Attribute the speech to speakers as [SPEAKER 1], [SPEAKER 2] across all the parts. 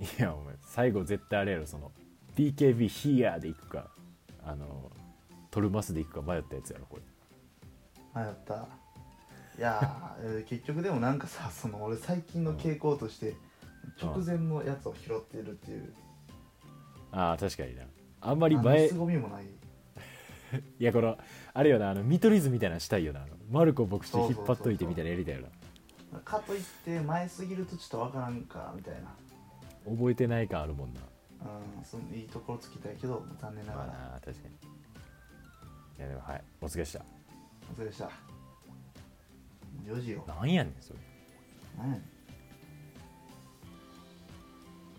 [SPEAKER 1] いやお前最後絶対あれやろその BKB ヒーヤーで行くかあのトルマスで行くか迷ったやつやろこれ
[SPEAKER 2] 迷ったいや ーえー結局でもなんかさその俺最近の傾向として
[SPEAKER 1] うん
[SPEAKER 2] 直前のやつを拾ってるっていう
[SPEAKER 1] ああ確かになあんまり
[SPEAKER 2] 何の
[SPEAKER 1] 前
[SPEAKER 2] 凄みもない
[SPEAKER 1] いやこのあれよなあの見取り図みたいなのしたいよなあのマルコ牧師
[SPEAKER 2] そうそう
[SPEAKER 1] 引
[SPEAKER 2] そう
[SPEAKER 1] っ張っといてみたいなやりたいよな
[SPEAKER 2] かといって前すぎるとちょっとわからんかみたいな
[SPEAKER 1] 覚えてない感あるもんな
[SPEAKER 2] うんそのいいところつきたいけど残念なが
[SPEAKER 1] まあ
[SPEAKER 2] ら
[SPEAKER 1] な確かにいやでもはいお疲れっした
[SPEAKER 2] お疲れでした4時よ
[SPEAKER 1] なんやねんそれ
[SPEAKER 2] 何やねん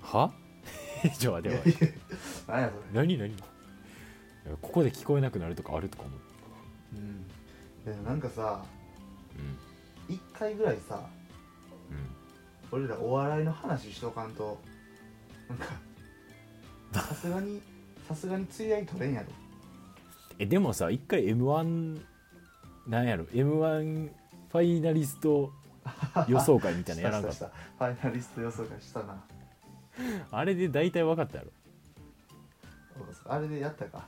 [SPEAKER 1] は ちょっと待って待って
[SPEAKER 2] 何やそれ
[SPEAKER 1] 何何いやここで聞こえなくなるとかあるとか思う
[SPEAKER 2] うんでもなんかさ
[SPEAKER 1] うん
[SPEAKER 2] 1回ぐらいさ
[SPEAKER 1] うん
[SPEAKER 2] 俺らお笑いの話しとかんとなんかさすがにさすがに釣り合い取れんやろ
[SPEAKER 1] えでもさ一回 m 1なんやろ m 1ファイナリスト予想会みたいなのやらんかっ
[SPEAKER 2] した
[SPEAKER 1] た
[SPEAKER 2] したしたファイナリスト予想会したな
[SPEAKER 1] あれで大体分かったやろ
[SPEAKER 2] あれでやったか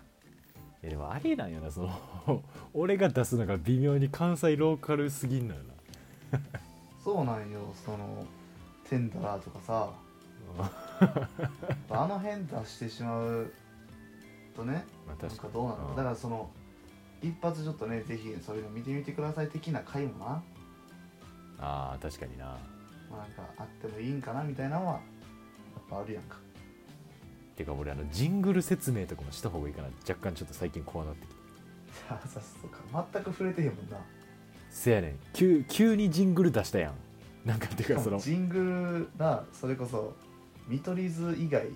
[SPEAKER 1] えでもあれなんよなその 俺が出すのが微妙に関西ローカルすぎんのよ
[SPEAKER 2] そうなんよそのテンダラーとかさ
[SPEAKER 1] な
[SPEAKER 2] あの辺出してしまうとね
[SPEAKER 1] まあ
[SPEAKER 2] なん
[SPEAKER 1] 確か
[SPEAKER 2] か
[SPEAKER 1] に
[SPEAKER 2] どうなの
[SPEAKER 1] うん
[SPEAKER 2] だからその一発ちょっとねぜひそういうの見てみてください的な回もな、
[SPEAKER 1] あー確かにな
[SPEAKER 2] まあ、なんかあってもいいんかなみたいなのはやっぱあるやんか
[SPEAKER 1] てか俺あのジングル説明とかもした方がいいかな若干ちょっと最近怖なってきた
[SPEAKER 2] さあさそうか全く触れてへんもんな
[SPEAKER 1] せやねん急急にジングル出したやんなんかて
[SPEAKER 2] し
[SPEAKER 1] か
[SPEAKER 2] か
[SPEAKER 1] そ
[SPEAKER 2] も
[SPEAKER 1] の
[SPEAKER 2] ジングルなそれこそ見取り図以外知っ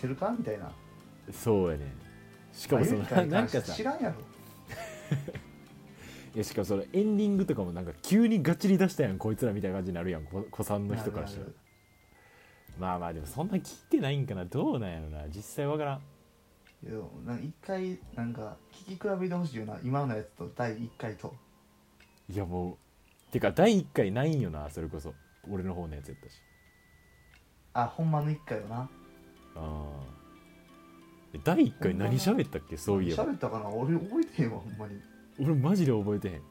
[SPEAKER 2] てるかみたいな
[SPEAKER 1] そうやねんしかもその
[SPEAKER 2] あゆいかに
[SPEAKER 1] なん
[SPEAKER 2] 関
[SPEAKER 1] か
[SPEAKER 2] して
[SPEAKER 1] さ
[SPEAKER 2] 知らんやろ
[SPEAKER 1] いやしかもそのエンディングとかもなんか急にガチリ出したやんこいつらみたいな感じになるやんこ子さんの人からしたら
[SPEAKER 2] なる
[SPEAKER 1] まあまあでもそんな聞いてないんかなどうなんやろな実際わからん
[SPEAKER 2] なるいやなんか一回なんか聞き比べてほしいよな今のやつと第1回と
[SPEAKER 1] いやもうてか第1回ないんよなそれこそ俺の方のやつやったし
[SPEAKER 2] あほんまの1回よな
[SPEAKER 1] ああ第1回何喋ったっけそういえば
[SPEAKER 2] 喋ったかな俺覚えてへんわほんまに
[SPEAKER 1] 俺マジで覚えてへんっ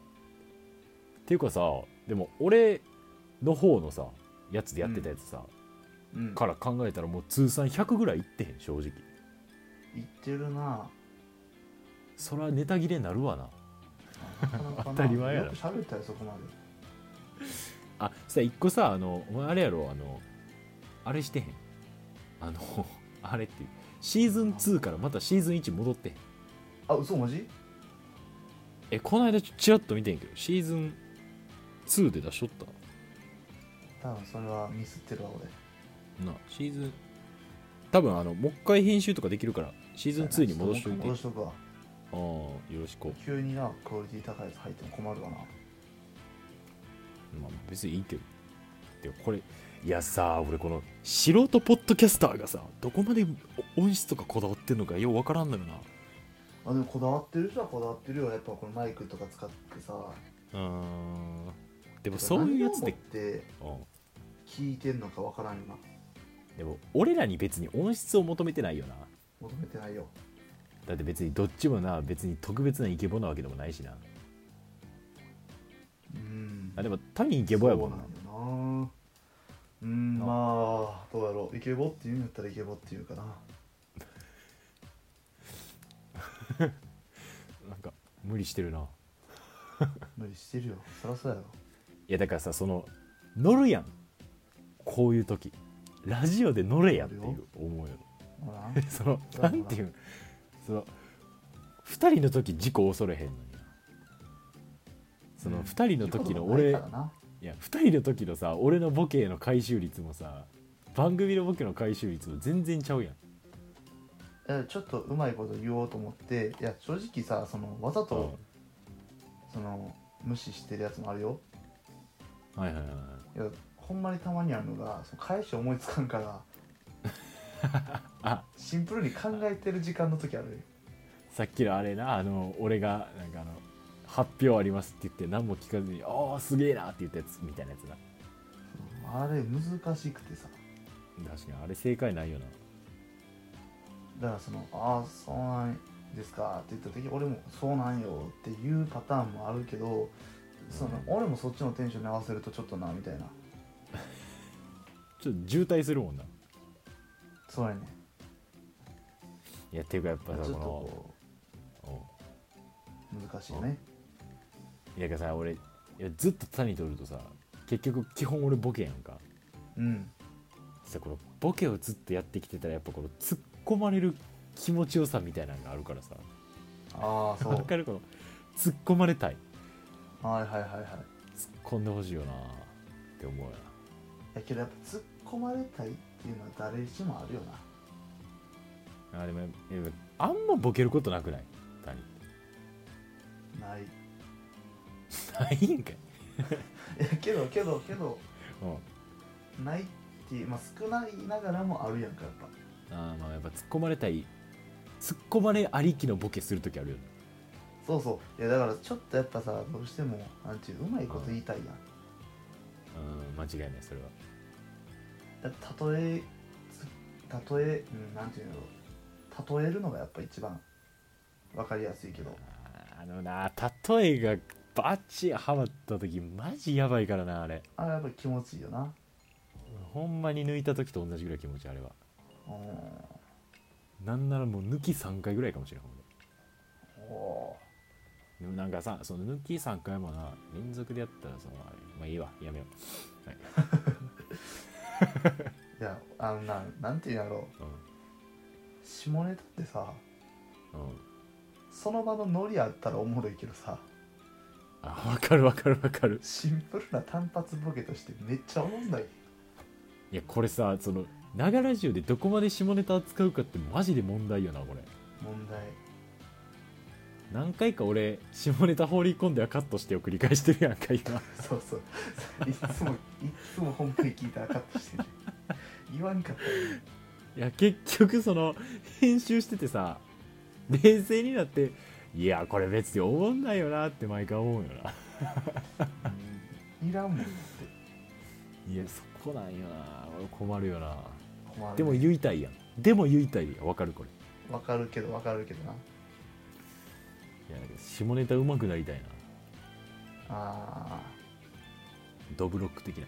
[SPEAKER 1] ていうかさでも俺の方のさやつでやってたやつさ、
[SPEAKER 2] うん
[SPEAKER 1] から考えたらもう通算100ぐらいいってへん正直
[SPEAKER 2] 言ってる な
[SPEAKER 1] そらネタ切れなるわな
[SPEAKER 2] なかなかな
[SPEAKER 1] 当たり前やろ
[SPEAKER 2] よく喋ったよそこまで
[SPEAKER 1] あさ一個さあのお前あれやろあのあれしてへんあの あれっていうシーズン2からまたシーズン1戻ってへん
[SPEAKER 2] あ嘘マジ
[SPEAKER 1] えこの間ちょちらっと見てんけどシーズン2で出しとった
[SPEAKER 2] 多分それはミスってるわ俺
[SPEAKER 1] なシーズン多分あのもう一回編集とかできるからシーズン2に戻しといてあ
[SPEAKER 2] 戻しとくわ
[SPEAKER 1] あーよろしく、
[SPEAKER 2] 急になクオリティ高いやつ入っても困るわな
[SPEAKER 1] まあ、別にいいけどでもこれいやさ俺この素人ポッドキャスターがさどこまでお音質とかこだわってんのかようわからんのよな
[SPEAKER 2] あでもこだわってる人はこだわってるよやっぱこのマイクとか使ってさ
[SPEAKER 1] うーんでもそういうやつで
[SPEAKER 2] 何を持って
[SPEAKER 1] う
[SPEAKER 2] 聞いてんのかわからんよなん
[SPEAKER 1] でも俺らに別に音質を求めてないよな
[SPEAKER 2] 求めてないよ
[SPEAKER 1] だって別にどっちもな別に特別なイケボなわけでもないしな
[SPEAKER 2] うん
[SPEAKER 1] あでも単にイケボやもんな
[SPEAKER 2] そうなんよなうん
[SPEAKER 1] な
[SPEAKER 2] まあどうやろうイケボって言うんやったらイケボって言うかな
[SPEAKER 1] なんか無理してるな
[SPEAKER 2] 無理してるよそらそうやろ
[SPEAKER 1] いやだからさその乗るやんこういう時ラジオで乗れやっていう思うよ
[SPEAKER 2] ほら
[SPEAKER 1] そのなんていうその2人の時事故恐れへんのにその2人の時の俺、
[SPEAKER 2] 聞いたことないからない
[SPEAKER 1] や2人の時のさ俺のボケの回収率もさ番組のボケの回収率も全然ちゃうやん
[SPEAKER 2] えちょっとうまいこと言おうと思っていや正直さそのわざと、その無視してるやつもあるよ
[SPEAKER 1] うんはいはいはいはい
[SPEAKER 2] いやほんまにたまにあるのがその返し思いつかんから
[SPEAKER 1] あ
[SPEAKER 2] シンプルに考えてる時間の時あるよ
[SPEAKER 1] さっきのあれなあの俺がなんかあの発表ありますって言って何も聞かずに「ああすげえな」って言ったやつみたいなやつな
[SPEAKER 2] あれ難しくてさ
[SPEAKER 1] 確かにあれ正解ないよな
[SPEAKER 2] だからその「ああそうなんですか」って言った時俺も「そうなんよ」っていうパターンもあるけどその俺もそっちのテンションに合わせるとちょっとなみたいな
[SPEAKER 1] ちょっと渋滞するもんな
[SPEAKER 2] そうやね
[SPEAKER 1] いやっていうかやっ
[SPEAKER 2] ち
[SPEAKER 1] ぱ
[SPEAKER 2] ょ
[SPEAKER 1] さ
[SPEAKER 2] っと
[SPEAKER 1] こ
[SPEAKER 2] こ
[SPEAKER 1] のうん
[SPEAKER 2] う難しいよね
[SPEAKER 1] いやだからさ俺いやずっと谷取るとさ結局基本俺ボケやんか
[SPEAKER 2] うん
[SPEAKER 1] さこのボケをずっとやってきてたらやっぱこの突っ込まれる気持ちよさみたいなのがあるからさ
[SPEAKER 2] ああ そう
[SPEAKER 1] わかるこの突っ込まれたい
[SPEAKER 2] はいはいはいはい
[SPEAKER 1] 突っ込んでほしいよなって思うよな
[SPEAKER 2] だけどやっぱ突っ込まれたいっていうのは誰しもあるよな
[SPEAKER 1] あでもやっぱやっぱあんまボケることなくない谷
[SPEAKER 2] ない い
[SPEAKER 1] ないんかい、
[SPEAKER 2] やけどけどけど
[SPEAKER 1] うん、あ
[SPEAKER 2] ないっていうまあ少ないながらもあるやんかやっぱ
[SPEAKER 1] ーまあやっぱ突っ込まれたい突っ込まれありきのボケするときあるよね
[SPEAKER 2] そうそういやだからちょっとやっぱさどうしてもなんていううまいこと言いたいやん
[SPEAKER 1] うん間違いないそれは
[SPEAKER 2] やっぱ例えつ例え、うん、なんていうの例えるのがやっぱ一番わかりやすいけど
[SPEAKER 1] あーあのな例えがバッチリハマった時マジやばいからなあれ
[SPEAKER 2] あれやっぱ気持ちいいよな
[SPEAKER 1] ほんまに抜いた時と同じぐらい気持ちあれは
[SPEAKER 2] うん
[SPEAKER 1] なんならもう抜き3回ぐらいかもしれんほんで
[SPEAKER 2] お
[SPEAKER 1] でもなんかさその抜き3回もな連続でやったらさまあいいわやめよ
[SPEAKER 2] ーいやあのななんていうんやろ
[SPEAKER 1] う
[SPEAKER 2] う下ネタってさ
[SPEAKER 1] うんうん
[SPEAKER 2] その場のノリあったらおもろいけどさ
[SPEAKER 1] あわかるわかるわかる
[SPEAKER 2] シンプルな単発ボケとしてめっちゃおもんない
[SPEAKER 1] いやこれさそのながらラジオでどこまで下ネタ扱うかってマジで問題よなこれ
[SPEAKER 2] 問題
[SPEAKER 1] 何回か俺下ネタ放り込んではカットしてを繰り返してるやんか 今
[SPEAKER 2] そうそういっつもいっつも本編聞いたらカットしてる言わんかったらいい
[SPEAKER 1] いや結局その編集しててさ冷静になっていやこれ別に思んないよなって毎回思うよな
[SPEAKER 2] うんいらんもんだって
[SPEAKER 1] いやそこなんよな俺困るよな
[SPEAKER 2] 困る
[SPEAKER 1] でも言いたいやんでも言いたいやんわかるこれ
[SPEAKER 2] わかるけどわかるけどない
[SPEAKER 1] や下ネタ上手くなりたいな
[SPEAKER 2] あ
[SPEAKER 1] ドブロック的な
[SPEAKER 2] ー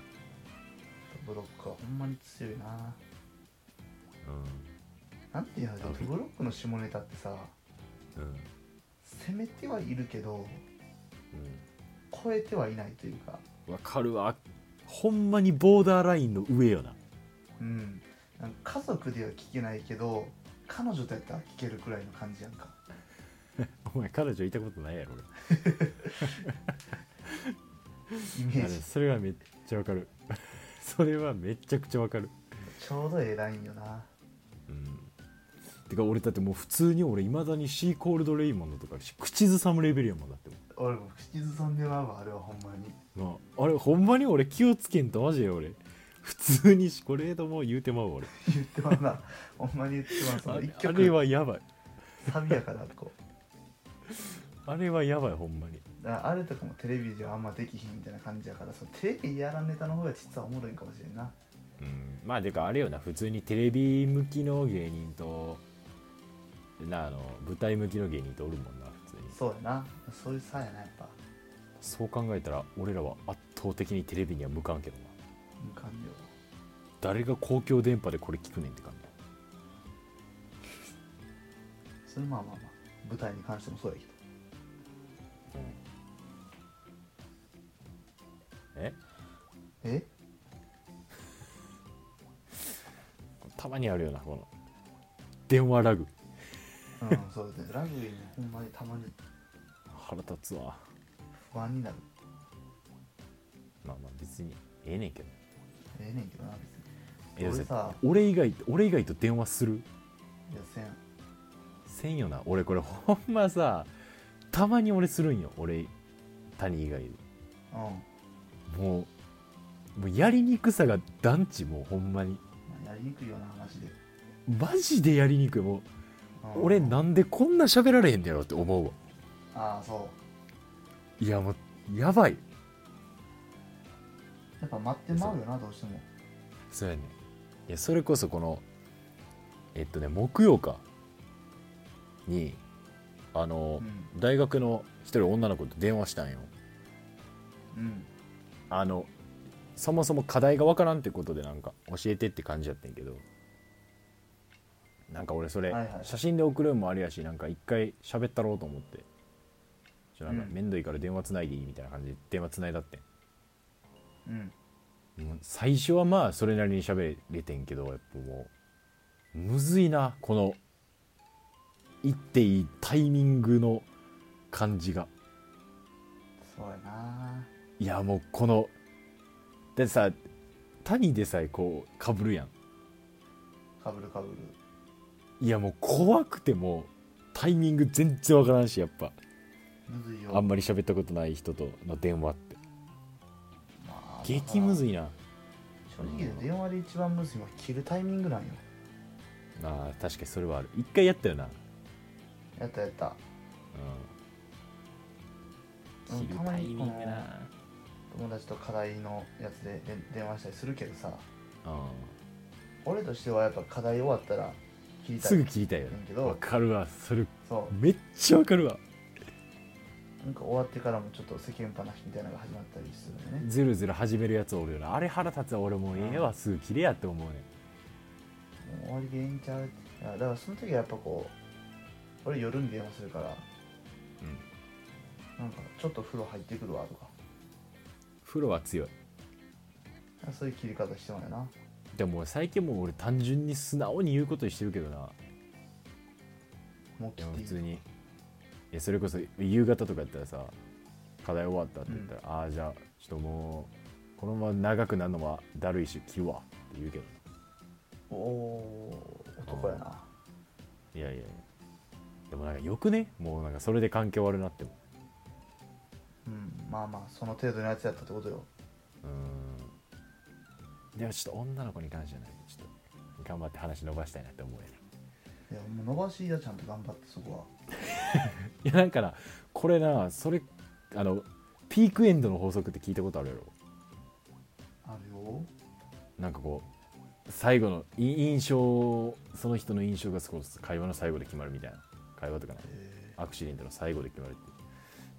[SPEAKER 2] ブロックはほんまに強いななんていうの
[SPEAKER 1] ダメ
[SPEAKER 2] ブロックの下ネタってさ
[SPEAKER 1] うんうん
[SPEAKER 2] 攻めてはいるけど超えてはいないというか
[SPEAKER 1] うんわかるわほんまにボーダーラインの上よな
[SPEAKER 2] うんなんか家族では聞けないけど彼女とやったら聞けるくらいの感じやんか
[SPEAKER 1] お前彼女いたことないやろ俺いやでも
[SPEAKER 2] イメージ
[SPEAKER 1] それはめっちゃわかる それはめちゃくちゃわかる
[SPEAKER 2] ちょうどええラインよな
[SPEAKER 1] てか俺だってもう普通に俺いまだにシーコールドレイモンドとかし口ずさむレベルやもんだっても
[SPEAKER 2] 俺も口ずさんでまうわあれはほんまに
[SPEAKER 1] うなああれほんまに俺気をつけんとマジで俺普通にしこれとも言うてまうわ俺
[SPEAKER 2] 言ってまうなほんまに言ってまうそ
[SPEAKER 1] あ
[SPEAKER 2] の一
[SPEAKER 1] れあれ
[SPEAKER 2] 曲
[SPEAKER 1] はやばい
[SPEAKER 2] サビやからこう
[SPEAKER 1] あれはやばいほんまに
[SPEAKER 2] だからあれとかもテレビではあんまできひんみたいな感じやからそのテレビやらんネタの方が実はおもろいんかもしれんな
[SPEAKER 1] うんまあでかあれよな普通にテレビ向きの芸人となあの舞台向きの芸人とおるもんな普通に
[SPEAKER 2] そうやなそういう差やなやっぱ
[SPEAKER 1] そう考えたら俺らは圧倒的にテレビには向かんけどな
[SPEAKER 2] 無感情
[SPEAKER 1] 誰が公共電波でこれ聞くねんって感じ
[SPEAKER 2] それまあまあまあ舞台に関してもそうやけど
[SPEAKER 1] え
[SPEAKER 2] え
[SPEAKER 1] たまにあるよなこの電話ラグ
[SPEAKER 2] うんそう でラグビーにほんまにたまに
[SPEAKER 1] 腹立つわ
[SPEAKER 2] 不安になる
[SPEAKER 1] まあまあ別にええねんけど
[SPEAKER 2] ええねんけどな別
[SPEAKER 1] え
[SPEAKER 2] に俺さ
[SPEAKER 1] 俺以外俺以外と電話する
[SPEAKER 2] いやせん
[SPEAKER 1] せんよな俺これほんまさたまに俺するんよ俺谷以外で
[SPEAKER 2] うん、
[SPEAKER 1] もうもうやりにくさが団地もうほんまに
[SPEAKER 2] まあ、やりにくいよな話で、
[SPEAKER 1] マジでやりにくいも
[SPEAKER 2] う
[SPEAKER 1] うん俺なんでこんな喋られへんねやろって思うわ
[SPEAKER 2] ああそう
[SPEAKER 1] いやもうやばい
[SPEAKER 2] やっぱ待ってまうよなどうしても
[SPEAKER 1] そうやねんいやそれこそこのえっとね木曜かにあの、
[SPEAKER 2] うん
[SPEAKER 1] 大学の一人女の子と電話したんよ
[SPEAKER 2] うん
[SPEAKER 1] あのそもそも課題がわからんってことでなんか教えてって感じやってんけどなんか俺それ
[SPEAKER 2] はいはい
[SPEAKER 1] 写真で送るんもあれやしなんか一回喋ったろうと思ってちょなんか
[SPEAKER 2] うん
[SPEAKER 1] 面倒いから電話つないでいいみたいな感じで電話つないだってん
[SPEAKER 2] うん
[SPEAKER 1] もう最初はまあそれなりに喋れてんけどやっぱもうむずいなこの行っていいタイミングの感じが
[SPEAKER 2] そうやない
[SPEAKER 1] やもうこのだってさ谷でさえこうかぶるやん
[SPEAKER 2] かぶるかぶる
[SPEAKER 1] いやもう怖くてもうタイミング全然わからんしやっぱ
[SPEAKER 2] むずいよ
[SPEAKER 1] あんまり喋ったことない人との電話って
[SPEAKER 2] まあ
[SPEAKER 1] 激むず
[SPEAKER 2] い
[SPEAKER 1] いな
[SPEAKER 2] 正直電話で一番むずいのは切るタイミングなんよ
[SPEAKER 1] あー確かにそれはある一回やったよな、
[SPEAKER 2] やったやった
[SPEAKER 1] う
[SPEAKER 2] うん
[SPEAKER 1] ん、
[SPEAKER 2] たまにこの友達と課題のやつでで電話したりするけどさ
[SPEAKER 1] う
[SPEAKER 2] 俺としてはやっぱ課題終わったら切り
[SPEAKER 1] ん
[SPEAKER 2] たい
[SPEAKER 1] すぐ切りたいよ
[SPEAKER 2] ねん
[SPEAKER 1] ね
[SPEAKER 2] け
[SPEAKER 1] わ
[SPEAKER 2] ど
[SPEAKER 1] かるわそれ
[SPEAKER 2] そう
[SPEAKER 1] めっちゃわかるわ
[SPEAKER 2] なんか終わってからもちょっと世間話みたいなのが始まったりするよね
[SPEAKER 1] ずるずる始めるやつおるよなあれ腹立つわ俺もうええわすぐ切れやって思うね
[SPEAKER 2] もう終わりでええんちゃういやだからその時はやっぱこう俺夜に電話するから
[SPEAKER 1] うん
[SPEAKER 2] なんかちょっと風呂入ってくるわとか
[SPEAKER 1] 風呂は強い
[SPEAKER 2] そういう切り方してもらうな
[SPEAKER 1] でも最近もう俺単純に素直に言うことにしてるけどな
[SPEAKER 2] もう
[SPEAKER 1] い
[SPEAKER 2] 切
[SPEAKER 1] や
[SPEAKER 2] っ
[SPEAKER 1] 普
[SPEAKER 2] ていい
[SPEAKER 1] 通にいやそれこそ夕方とかやったらさ課題終わったって言ったら、ああじゃあちょっともうこのまま長くなるのはだるいし切るわって言うけど
[SPEAKER 2] おおー男やない
[SPEAKER 1] やいやいやでもなんかよくねもうなんかそれで関係悪なっても
[SPEAKER 2] うんまあまあその程度のやつやったってことよ
[SPEAKER 1] うーんでもちょっと女の子に関してはねちょっと頑張って話伸ばしたいなって思うよね
[SPEAKER 2] いやもう伸ばしやちゃんと頑張ってそこ
[SPEAKER 1] いやだからこれなそれあのピークエンドの法則って聞いたことあるやろ
[SPEAKER 2] はあるよ
[SPEAKER 1] なんかこう最後のい印象その人の印象が少し会話の最後で決まるみたいな会話とかね
[SPEAKER 2] え
[SPEAKER 1] アクシデントの最後で決まるって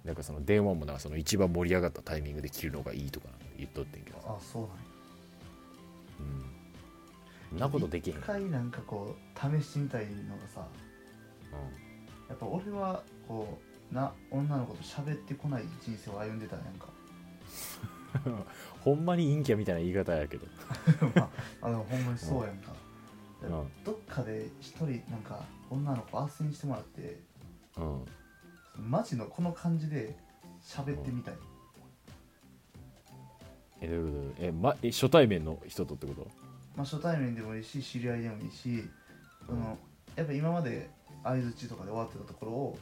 [SPEAKER 1] なんかその電話もなんかその一番盛り上がったタイミングで切るのがいいとかなんて言っとってんけど
[SPEAKER 2] ー、あそうなんや
[SPEAKER 1] うんそんなことできへん、うん
[SPEAKER 2] 一、回なんかこう試してみたいのがさやっぱ俺はこうな女の子と喋ってこない人生を歩んでたやんか
[SPEAKER 1] ほんまに陰キャみたいな言い方やけど、
[SPEAKER 2] まああのほんまにそうやんか、
[SPEAKER 1] うんうん
[SPEAKER 2] どっかで一人なんか女の子斡旋してもらって
[SPEAKER 1] うん、
[SPEAKER 2] マジのこの感じで喋ってみたい、
[SPEAKER 1] えどういうことえ,、ま、え初対面の人とってこと
[SPEAKER 2] まあ、初対面でもいいし知り合いでもいいし、そのやっぱ今まで相づちとかで終わってたところを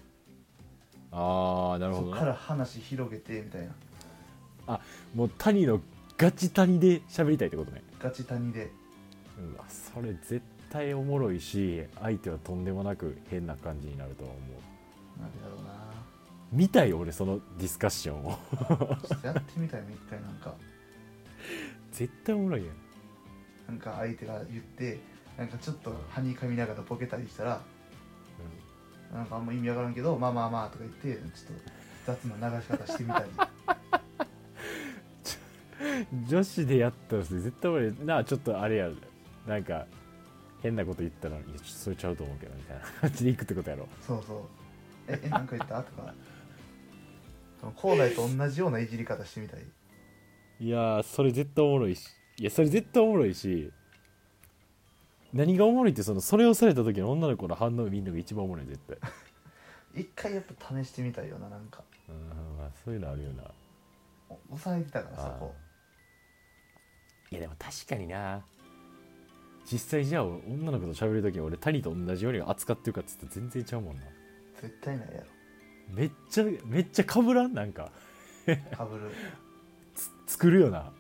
[SPEAKER 1] ああなる
[SPEAKER 2] そ
[SPEAKER 1] ほ
[SPEAKER 2] こ
[SPEAKER 1] ど
[SPEAKER 2] か
[SPEAKER 1] な
[SPEAKER 2] ら話広げてみたいな
[SPEAKER 1] もう谷のガチ谷で喋りたいってことね
[SPEAKER 2] ガチ谷で
[SPEAKER 1] うわそれ絶対おもろいし相手はとんでもなく変な感じになるとは思う
[SPEAKER 2] なんでだろう
[SPEAKER 1] 見たい俺そのディスカッションを
[SPEAKER 2] なちょっとやってみたいもう一回なんか
[SPEAKER 1] 絶対おもろいやん
[SPEAKER 2] なんか相手が言ってなんかちょっとはにかみながらボケたりしたらなんかあんま意味わからんけどまあまあまあとか言ってちょっと雑な流し方してみ たり
[SPEAKER 1] 女子でやったらそれ絶対おもろいなあちょっとあれやなんか変なこと言ったらいやちょそれちゃうと思うけどみたいな感じでいくってことやろ
[SPEAKER 2] そうそうええなんか言ったとか高麗と同じようないじり方してみたい
[SPEAKER 1] いやーそれ絶対おもろいしいやそれ絶対おもろいし何がおもろいってそのそれをされた時の女の子の反応見るのが一番おもろい絶対
[SPEAKER 2] 一回やっぱ試してみたいよななんか
[SPEAKER 1] うんまあそういうのあるよな
[SPEAKER 2] お抑えてたからそこ
[SPEAKER 1] いやでも確かにな実際じゃあ俺女の子と喋る時に俺谷と同じように扱ってるかっつって全然ちゃうもんな
[SPEAKER 2] 絶対ないや
[SPEAKER 1] めっちゃめっちゃかぶらんなんか
[SPEAKER 2] ろかぶ る、
[SPEAKER 1] つ作るよな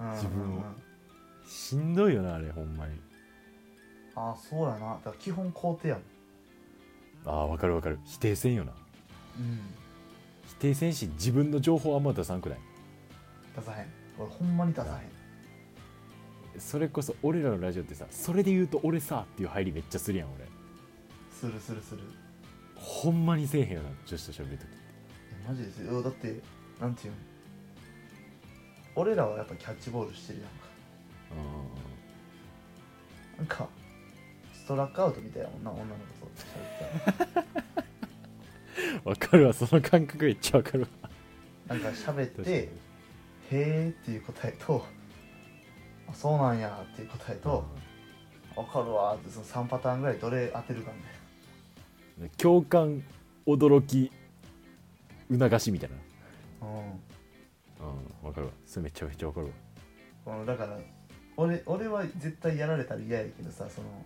[SPEAKER 2] うん、
[SPEAKER 1] 自分を
[SPEAKER 2] うんうん
[SPEAKER 1] しんどいよなあれほんまに
[SPEAKER 2] ああそうやなだから基本肯定やもん
[SPEAKER 1] ああわかるわかる否定せんよな
[SPEAKER 2] うん
[SPEAKER 1] 否定せんし自分の情報あんま出さんくらい
[SPEAKER 2] 出さへん俺ほんまに出さへん
[SPEAKER 1] それこそ俺らのラジオってさそれで言うと俺さっていう入りめっちゃするやん俺
[SPEAKER 2] するするする
[SPEAKER 1] ほんまにせえへんよな女子と喋るとき
[SPEAKER 2] えマジですよだってなんていうの俺らはやっぱキャッチボールしてるやんかなんかストラックアウトみたいなもんな女の子と喋ったら
[SPEAKER 1] わかるわその感覚めっちゃわかるわ
[SPEAKER 2] なんか喋ってへえっていう答えとあそうなんやっていう答えとわかるわーってその3パターンぐらいどれ当てるかみたい
[SPEAKER 1] うん共感驚き促しみたいな
[SPEAKER 2] な、うん、
[SPEAKER 1] うんわかるわそれめちゃめちゃわかるわ
[SPEAKER 2] このだから俺俺は絶対やられたら嫌やけどさその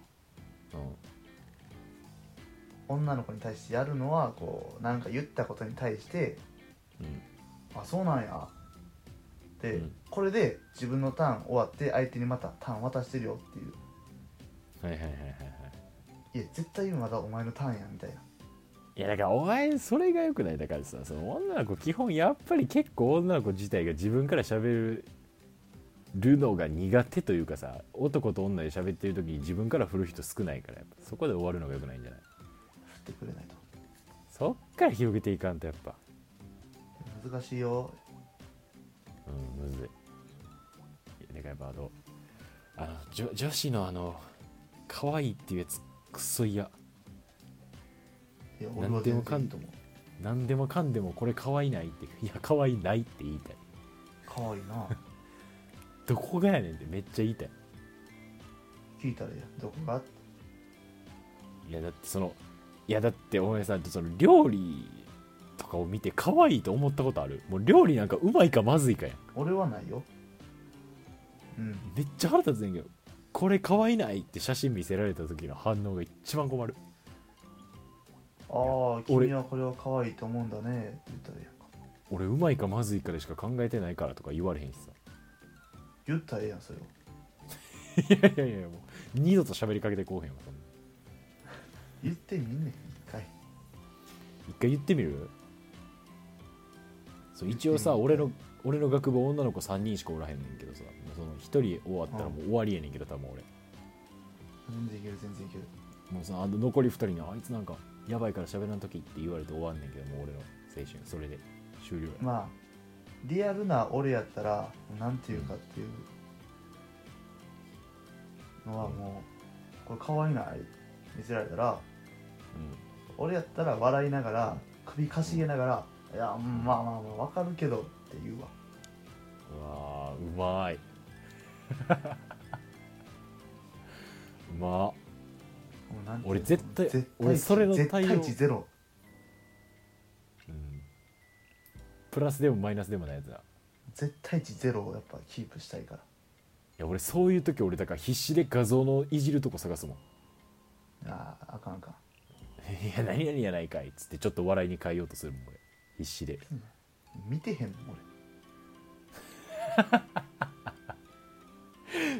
[SPEAKER 2] 女の子に対してやるのはこうなんか言ったことに対して
[SPEAKER 1] うんうん
[SPEAKER 2] あそうなんやで、
[SPEAKER 1] うん
[SPEAKER 2] これで自分のターン終わって相手にまたターン渡してるよっていう
[SPEAKER 1] はいはいはいはいはい
[SPEAKER 2] いや絶対まだお前のターンやみたいない
[SPEAKER 1] やだからお前それがよくないだからさその女の子基本やっぱり結構女の子自体が自分から喋るるのが苦手というかさ男と女で喋ってる時に自分から振る人少ないからやっぱそこで終わるのがよくないんじゃない
[SPEAKER 2] 振ってくれないと
[SPEAKER 1] そっから広げていかんとやっぱ
[SPEAKER 2] 難しいよ
[SPEAKER 1] うんむずいいやだからやっぱあのあの女女子のあの可愛いっていうやつクソ嫌
[SPEAKER 2] いや俺
[SPEAKER 1] な
[SPEAKER 2] は
[SPEAKER 1] んでも
[SPEAKER 2] 全
[SPEAKER 1] か
[SPEAKER 2] 然い
[SPEAKER 1] ん
[SPEAKER 2] いと思う
[SPEAKER 1] 何でもかんでもこれ可愛いないっていや可愛いないって言いたい
[SPEAKER 2] 可愛いな
[SPEAKER 1] どこがやねんってめっちゃ言いたい
[SPEAKER 2] 聞いたらいいやどこが
[SPEAKER 1] いやだってそのいやだってお前さその料理とかを見て可愛いと思ったことあるもう料理なんかうまいかまずいかやん
[SPEAKER 2] 俺はないようん
[SPEAKER 1] めっちゃ腹立つねんけどこれ可愛いないって写真見せられた時の反応が一番困る
[SPEAKER 2] ああ
[SPEAKER 1] 俺
[SPEAKER 2] 君はこれは可愛いと思うんだねって言ったらええやんか
[SPEAKER 1] 俺うまいかまずいかでしか考えてないからとか言われへんしさ
[SPEAKER 2] 言ったらええやんそれを
[SPEAKER 1] いやいやいやもう二度と喋りかけてこうへんわそんな
[SPEAKER 2] 言ってみんねん一回
[SPEAKER 1] 一回言ってみるそう一応さ
[SPEAKER 2] 言って
[SPEAKER 1] 俺
[SPEAKER 2] みる
[SPEAKER 1] の俺の学部女の子3人しかおらへんねんけどさその1人終わったらもう終わりやねんけど多分俺
[SPEAKER 2] 全然いける全然いける
[SPEAKER 1] もうそのあの残り2人に「あいつなんかやばいから喋らんとき」って言われて終わんねんけどもう俺の青春それで終了や
[SPEAKER 2] まあリアルな俺やったらなんていうかっていうのはもうこれ可愛いない見せられたら俺やったら笑いながら首かしげながら「いやうんまあまあまあわかるけど」って言うわ
[SPEAKER 1] うんうわーうまい うまっ
[SPEAKER 2] もうなんていうの
[SPEAKER 1] 俺絶対
[SPEAKER 2] 絶対
[SPEAKER 1] 俺それの対応
[SPEAKER 2] 絶対値ゼロ
[SPEAKER 1] うんプラスでもマイナスでもないやつだ
[SPEAKER 2] 絶対値ゼロをやっぱキープしたいから
[SPEAKER 1] いや俺そういう時俺だから必死で画像のいじるとこ探すもん
[SPEAKER 2] あああかんあかん
[SPEAKER 1] 「 いや何々やないかい」っつってちょっと笑いに変えようとするもん俺必死で
[SPEAKER 2] 見てへんもん俺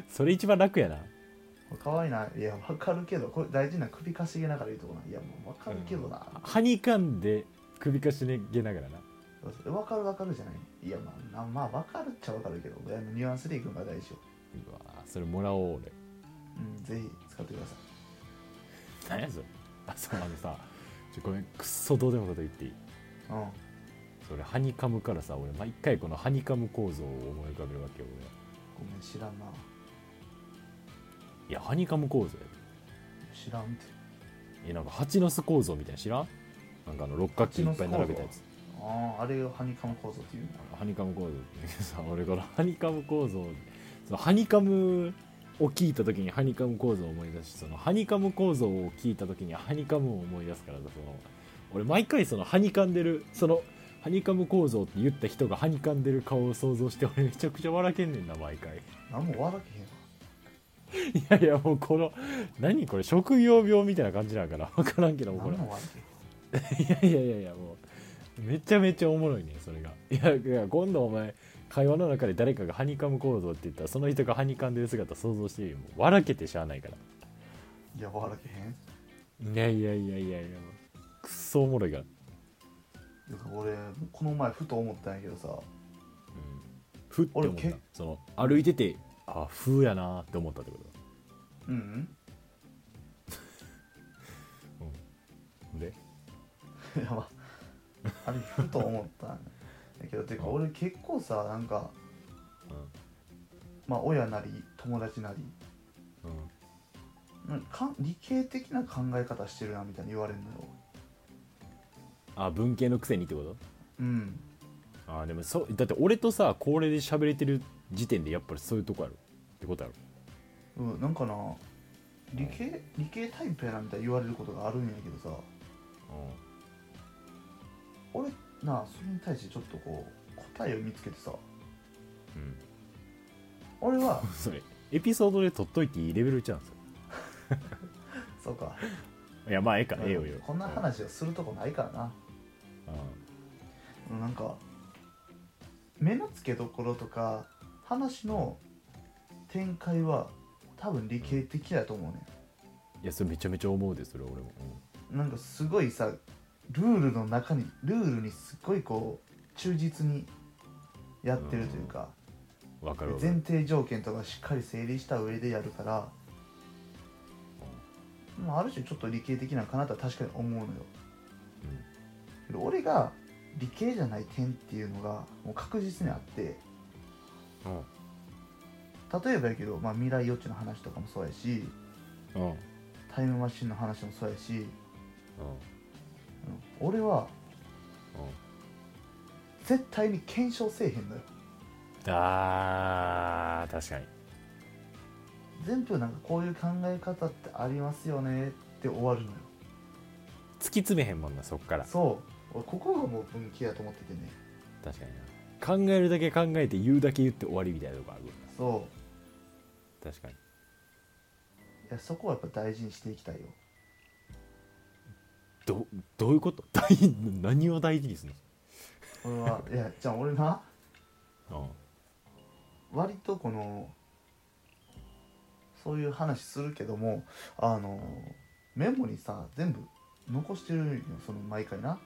[SPEAKER 1] それ一番楽やな
[SPEAKER 2] これ可愛いないやわかるけどこれ大事な首かしげながら言うとこないやもうわかるけどな、
[SPEAKER 1] はにかんで首かしげながらな
[SPEAKER 2] わかるわかるじゃないいやまあなまあわかるっちゃわかるけどあのニュアンスでいくのが大事よ
[SPEAKER 1] うわーそれもらおう俺
[SPEAKER 2] うんぜひ使ってください
[SPEAKER 1] 何やそれあそうあのさちょごめんくっそどうでもいいこと言っていい
[SPEAKER 2] うん
[SPEAKER 1] それハニカムからさ俺毎回このハニカム構造を思い浮かべるわけよ
[SPEAKER 2] ごめん知らんな
[SPEAKER 1] 俺いやハニカム構造や
[SPEAKER 2] 知らんって
[SPEAKER 1] でえなんか蜂の巣構造みたいなの知らんなんかあの六角形いっぱい並べたやつ
[SPEAKER 2] あああれをハニカム構造っていうの
[SPEAKER 1] ハニカム構造ってさ俺このハニカム構造そのハニカムを聞いた時にハニカム構造を思い出しそのハニカム構造を聞いた時にハニカムを思い出すからさその俺毎回そのハニカんでるそのハニカム構造って言った人がハニカんでる顔を想像して俺めちゃくちゃ笑けんねんな毎回
[SPEAKER 2] 何も笑けへんわ
[SPEAKER 1] いやいやもうこの何これ職業病みたいな感じなんかな分からんけどもこれ
[SPEAKER 2] 何も笑けへん
[SPEAKER 1] いやいやいやいやもうめちゃめちゃおもろいねそれがいやいや今度お前会話の中で誰かがハニカム構造って言ったらその人がハニカんでる姿想像してるよもう笑けてしゃあないから
[SPEAKER 2] いや笑けへん
[SPEAKER 1] いやいやいやいやいやもうくっそおもろいから、
[SPEAKER 2] だから俺この前ふと思ったんやけどさ
[SPEAKER 1] ふって思っ
[SPEAKER 2] 俺
[SPEAKER 1] た
[SPEAKER 2] け
[SPEAKER 1] その歩いててあ風やなって思ったってこ
[SPEAKER 2] うんうん
[SPEAKER 1] とで
[SPEAKER 2] やばあれふと思ったんやけどてか俺結構さなんかまあ親なり友達なり
[SPEAKER 1] うんうん
[SPEAKER 2] なんかか理系的な考え方してるなみたいに言われるのよ
[SPEAKER 1] あ文系のくせにってこと
[SPEAKER 2] うん
[SPEAKER 1] あでもそうだって俺とさこれで喋れてる時点でやっぱりそういうとこやろってことやろ
[SPEAKER 2] うんなんかな理系理系タイプやなみたいに言われることがあるんやけどさ俺なあそれに対してちょっとこう答えを見つけてさ
[SPEAKER 1] うん、うん、
[SPEAKER 2] 俺は
[SPEAKER 1] それエピソードで取っといていいレベルじゃんそ
[SPEAKER 2] そうか
[SPEAKER 1] れいやまあええかええよええよ
[SPEAKER 2] こんな話をするとこないからな、
[SPEAKER 1] うん
[SPEAKER 2] うん、なんか目の付けどころとか話の展開は多分理系的だと思うね
[SPEAKER 1] いやそれめちゃめちゃ思うでそれ俺も、
[SPEAKER 2] なんかすごいさルールの中にルールにすっごいこう忠実にやってるというか、
[SPEAKER 1] うん、分かるわか
[SPEAKER 2] 前
[SPEAKER 1] る
[SPEAKER 2] 提条件とかしっかり整理した上でやるから、まあ、ある種ちょっと理系的なんかなとは確かに思うのよけど俺が理系じゃない点っていうのがもう確実にあって
[SPEAKER 1] うん
[SPEAKER 2] 例えばやけど、まあ、未来予知の話とかもそうやし
[SPEAKER 1] うんうん
[SPEAKER 2] タイムマシンの話もそうやし、うん俺は絶対に検証せえへんのよ
[SPEAKER 1] あー確かに
[SPEAKER 2] 全部なんかこういう考え方ってありますよねって終わるのよ
[SPEAKER 1] 突き詰めへんもんなそっから
[SPEAKER 2] そう俺ここがもう分岐やと思っててね
[SPEAKER 1] 確かにな考えるだけ考えて言うだけ言って終わりみたいなとこあるよ
[SPEAKER 2] そ
[SPEAKER 1] な確かに
[SPEAKER 2] ういやそこはやっぱ大事にしていきたいよ
[SPEAKER 1] どどういうこと 大何を大事にする
[SPEAKER 2] 俺はいやじゃあ俺な
[SPEAKER 1] の
[SPEAKER 2] 割とこのそういう話するけどもあのメモにさ全部残してるよその毎回な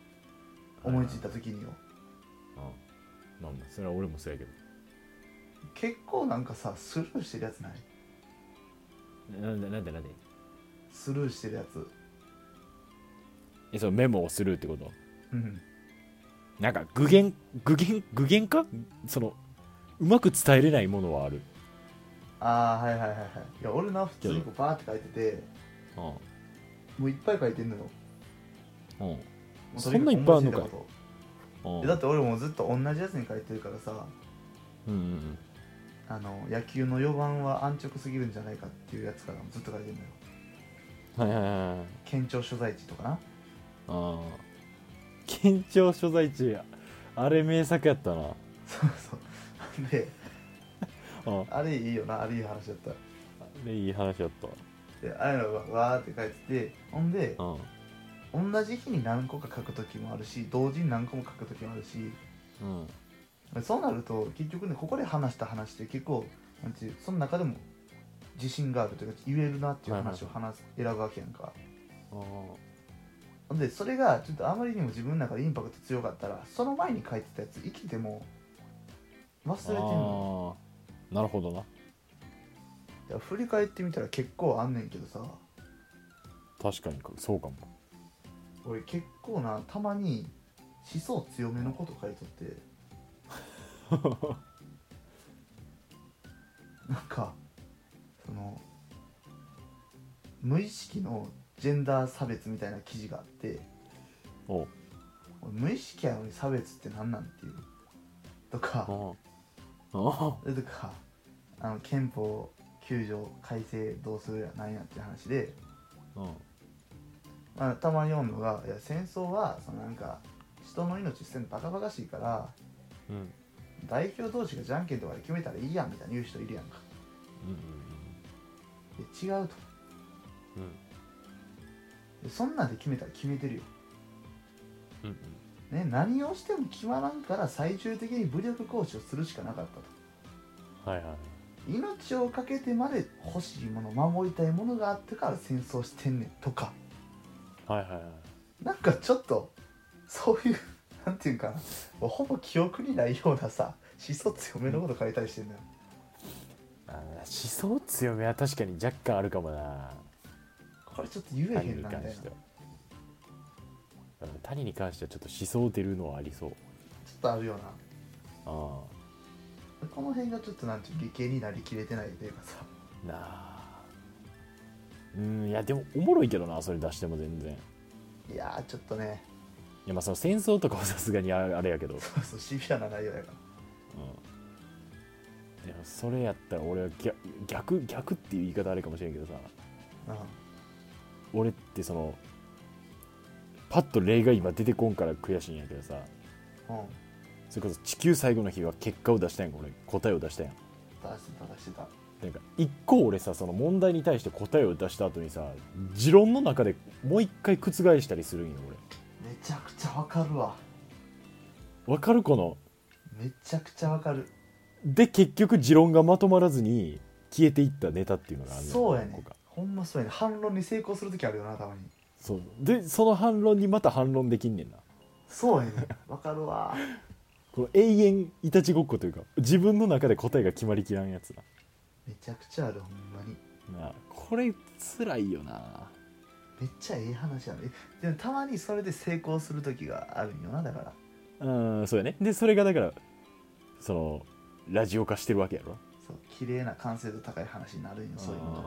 [SPEAKER 2] 思いついた時によ
[SPEAKER 1] うんうんまあまあそれは俺もそうやけど
[SPEAKER 2] 結構なんかさスルーしてるやつない
[SPEAKER 1] なんでなんでなんで
[SPEAKER 2] スルーしてるやつ
[SPEAKER 1] えそのメモをするってこと
[SPEAKER 2] うん
[SPEAKER 1] なんか具現具現具現化そのうまく伝えれないものはある
[SPEAKER 2] ああはいはいはいはいいや俺な普通にこうバーって書いてて
[SPEAKER 1] う
[SPEAKER 2] もういっぱい書いてんのよも
[SPEAKER 1] んうん
[SPEAKER 2] う
[SPEAKER 1] そんないっぱいあんのか
[SPEAKER 2] とにく思いついたこと
[SPEAKER 1] うん
[SPEAKER 2] えだって俺もずっと同じやつに書いてるからさ
[SPEAKER 1] うんうん
[SPEAKER 2] あの野球の4番は安直すぎるんじゃないかっていうやつからもずっと書いてるのよ
[SPEAKER 1] うんはいはいはいはい
[SPEAKER 2] 県庁所在地とかな
[SPEAKER 1] あ あ県庁所在地あれ名作やったな
[SPEAKER 2] そうそうで
[SPEAKER 1] あ
[SPEAKER 2] あれいいよなあれいい話だった
[SPEAKER 1] でいい話やった
[SPEAKER 2] でああいうのがわーって書いててほんで
[SPEAKER 1] うん
[SPEAKER 2] 同じ日に何個か書く時もあるし同時に何個も書く時もあるし
[SPEAKER 1] うん
[SPEAKER 2] そうなると結局ねここで話した話って結構なんていうその中でも自信があるというか言えるなっていう話を話す、選ぶわけやんかほんでそれがちょっとあまりにも自分の中でインパクト強かったらその前に書いてたやつ生きても忘れてんの
[SPEAKER 1] ああなるほどない
[SPEAKER 2] や振り返ってみたら結構あんねんけどさ
[SPEAKER 1] 確かにそうかも
[SPEAKER 2] 俺結構なたまに思想強めのこと書いとって なんかその無意識のジェンダー差別みたいな記事があって
[SPEAKER 1] おう
[SPEAKER 2] 俺無意識やのに差別って何なんっていうとか
[SPEAKER 1] ああ
[SPEAKER 2] それとかあの憲法9条改正どうするやなんやっていう話で、
[SPEAKER 1] うん
[SPEAKER 2] まあ、たまに読むのがいや戦争はそのなんか人の命捨てるのバカバカしいから
[SPEAKER 1] うん
[SPEAKER 2] 代表同士がじゃんけんとかで決めたらいいやんみたいに言う人いるやんかで違うと
[SPEAKER 1] うんうん
[SPEAKER 2] でそんなんで決めたら決めてるよ、
[SPEAKER 1] うん
[SPEAKER 2] ね、何をしても決まらんから最終的に武力行使をするしかなかったと
[SPEAKER 1] はいはい
[SPEAKER 2] 命を懸けてまで欲しいもの守りたいものがあってから戦争してんねんとか
[SPEAKER 1] はいはいはい
[SPEAKER 2] なんかちょっとそういう なんていうかなほぼ記憶にないようなさ思想強めのこと書いたりしてんだよ
[SPEAKER 1] あー思想強めは確かに若干あるかもな
[SPEAKER 2] これちょっと言え
[SPEAKER 1] 谷
[SPEAKER 2] へん
[SPEAKER 1] に
[SPEAKER 2] なみ
[SPEAKER 1] 関
[SPEAKER 2] たいなち
[SPEAKER 1] し
[SPEAKER 2] ょ
[SPEAKER 1] て
[SPEAKER 2] っ
[SPEAKER 1] はうん谷に関してはちょっと思想出るのはありそう
[SPEAKER 2] とあるよ
[SPEAKER 1] あ
[SPEAKER 2] なこの辺がちょっとなんていう理系になりきれてないというかさ
[SPEAKER 1] あなあうんいやでもおもろいけどなそれ出しても全然い
[SPEAKER 2] いやーちょっとね
[SPEAKER 1] やまあその戦争とかは さすがにああれやけど
[SPEAKER 2] そうそうシビアな内容やから
[SPEAKER 1] うんでもそれやったら俺は逆逆逆っていう言い方あれかもしれんけどさ
[SPEAKER 2] う
[SPEAKER 1] 俺ってそのパッと例が今出てこんから悔しいんやけどさ
[SPEAKER 2] んうん
[SPEAKER 1] それこそ地球最後の日は結果を出したやんか俺答えを出したやん
[SPEAKER 2] 出してた出してた
[SPEAKER 1] なんか一個俺さその問題に対して答えを出した後にさ持論の中でもう一回覆したりするんよ
[SPEAKER 2] めちゃくちゃわかるわ
[SPEAKER 1] 俺わかるこの
[SPEAKER 2] めちゃくちゃわかる
[SPEAKER 1] で結局持論がまとまらずに消えていったネタっていうのがある
[SPEAKER 2] そうやね
[SPEAKER 1] ん
[SPEAKER 2] ほんまそうやね反論に成功する時あるよなたまに
[SPEAKER 1] そうでその反論にまた反論できんねんな
[SPEAKER 2] そうやねわかるわ
[SPEAKER 1] この永遠いたちごっこというか自分の中で答えが決まりきらんやつな
[SPEAKER 2] めちゃくちゃあるほんまに
[SPEAKER 1] なあこれ辛いよな
[SPEAKER 2] めっちゃええ話やねえでもたまにそれで成功する時があるんよなだから
[SPEAKER 1] うんそうやねでそれがだからそのラジオ化してるわけやろ
[SPEAKER 2] そう綺麗な完成度高い話になるんよそういうのが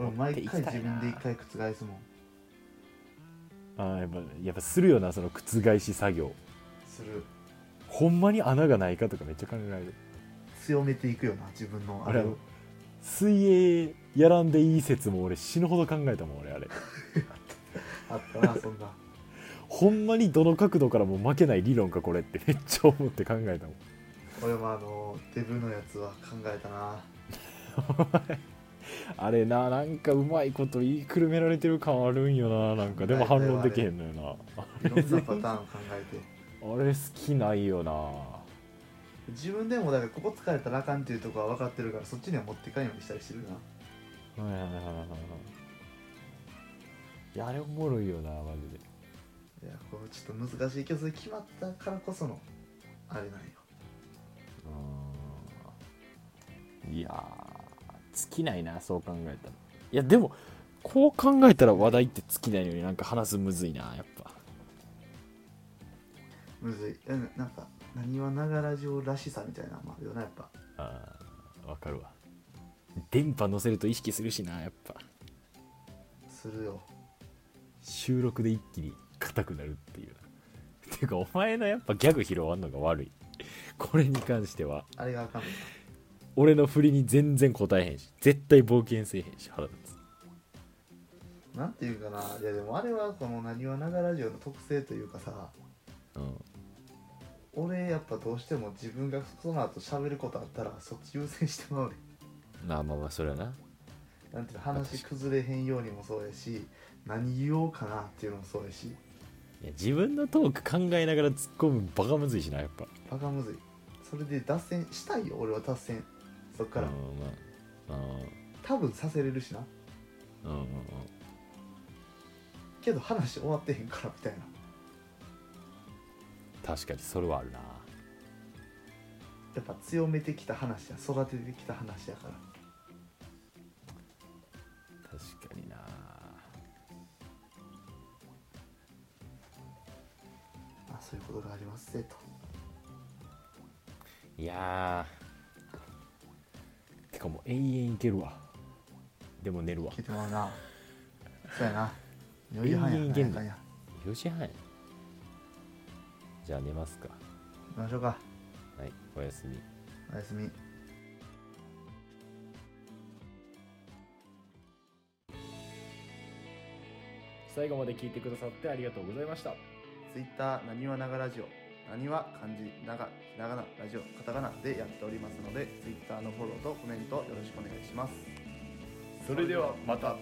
[SPEAKER 1] うん
[SPEAKER 2] 俺毎
[SPEAKER 1] 持って
[SPEAKER 2] 回
[SPEAKER 1] いきた
[SPEAKER 2] 自
[SPEAKER 1] いな
[SPEAKER 2] 分で一回覆すもん
[SPEAKER 1] あーやっぱやっぱするよなその覆し作業
[SPEAKER 2] する
[SPEAKER 1] ほんまに穴がないかとかめっちゃ考えられる
[SPEAKER 2] 強めていくよな自分のあれを
[SPEAKER 1] 水泳やらんでいい説も俺死ぬほど考えたもん俺あれ
[SPEAKER 2] あったなそんな
[SPEAKER 1] ほんまにどの角度からも負けない理論かこれってめっちゃ思って考えたもん
[SPEAKER 2] 俺もあのデブのやつは考えたな
[SPEAKER 1] あれななんかうまいこと言いくるめられてる感あるんよななんかでも反論できへんのよ
[SPEAKER 2] いろんなパターンを考えて
[SPEAKER 1] なあれ好きないよな
[SPEAKER 2] 自分でもだからここ疲れたらあかんっていうとこは分かってるからそっちには持っていかんようにしたりしてるな
[SPEAKER 1] はいはいはいはいはいいやあれおもろいよなマジで
[SPEAKER 2] いやこうちょっと難しいけどそれ決まったからこそのあれなんよ
[SPEAKER 1] うーんいやー尽きないなそう考えたらいやでもこう考えたら話題って尽きないのになんか話すむずいなやっぱ
[SPEAKER 2] むずいうんなんかなにわながら上らしさみたいなのもあるよなやっぱ
[SPEAKER 1] あーわかるわ電波乗せると意識するしなやっぱ
[SPEAKER 2] するよ
[SPEAKER 1] 収録で一気に硬くなるっていうなていうかお前のやっぱギャグ拾わんのが悪いこれに関しては
[SPEAKER 2] あれがあかんのか
[SPEAKER 1] 俺の振りに全然答えへんし絶対冒険せえへんし腹立つ
[SPEAKER 2] なんていうかないやでもあれはこのなにわながら上の特性というかさ
[SPEAKER 1] うん
[SPEAKER 2] 俺やっぱどうしても自分がその後喋ることあったらそっち優先してまうね
[SPEAKER 1] まあまあまあそれはなん
[SPEAKER 2] なんていうの話崩れへんようにもそうやし何言おうかなっていうのもそうやし
[SPEAKER 1] いや自分のトーク考えながら突っ込むバカむずいしなやっぱ
[SPEAKER 2] バカむずいそれで脱線したいよ俺は脱線そっから、
[SPEAKER 1] うんまあ
[SPEAKER 2] 多分させれるしな
[SPEAKER 1] うんうんうんうん
[SPEAKER 2] けど話終わってへんからみたいな
[SPEAKER 1] 確かにそれはあるな
[SPEAKER 2] やっぱ強めてきた話や育ててきた話やから
[SPEAKER 1] 確かにな
[SPEAKER 2] あそういうことがありますぜと
[SPEAKER 1] いやーてかもう永遠いけるわでも寝るわ
[SPEAKER 2] 聞いてもら うなそうやな余裕半
[SPEAKER 1] 人
[SPEAKER 2] や
[SPEAKER 1] 間原
[SPEAKER 2] なんやかんや
[SPEAKER 1] 4時半やじゃあ寝ますか
[SPEAKER 2] 行きましょうか
[SPEAKER 1] はいおやすみ
[SPEAKER 2] おやすみ
[SPEAKER 1] 最後まで聞いてくださってありがとうございました
[SPEAKER 2] ツイッターなにわながラジオなにわ漢字ながひらがなラジオカタカナでやっておりますのでツイッターのフォローとコメントよろしくお願いします
[SPEAKER 1] それではまた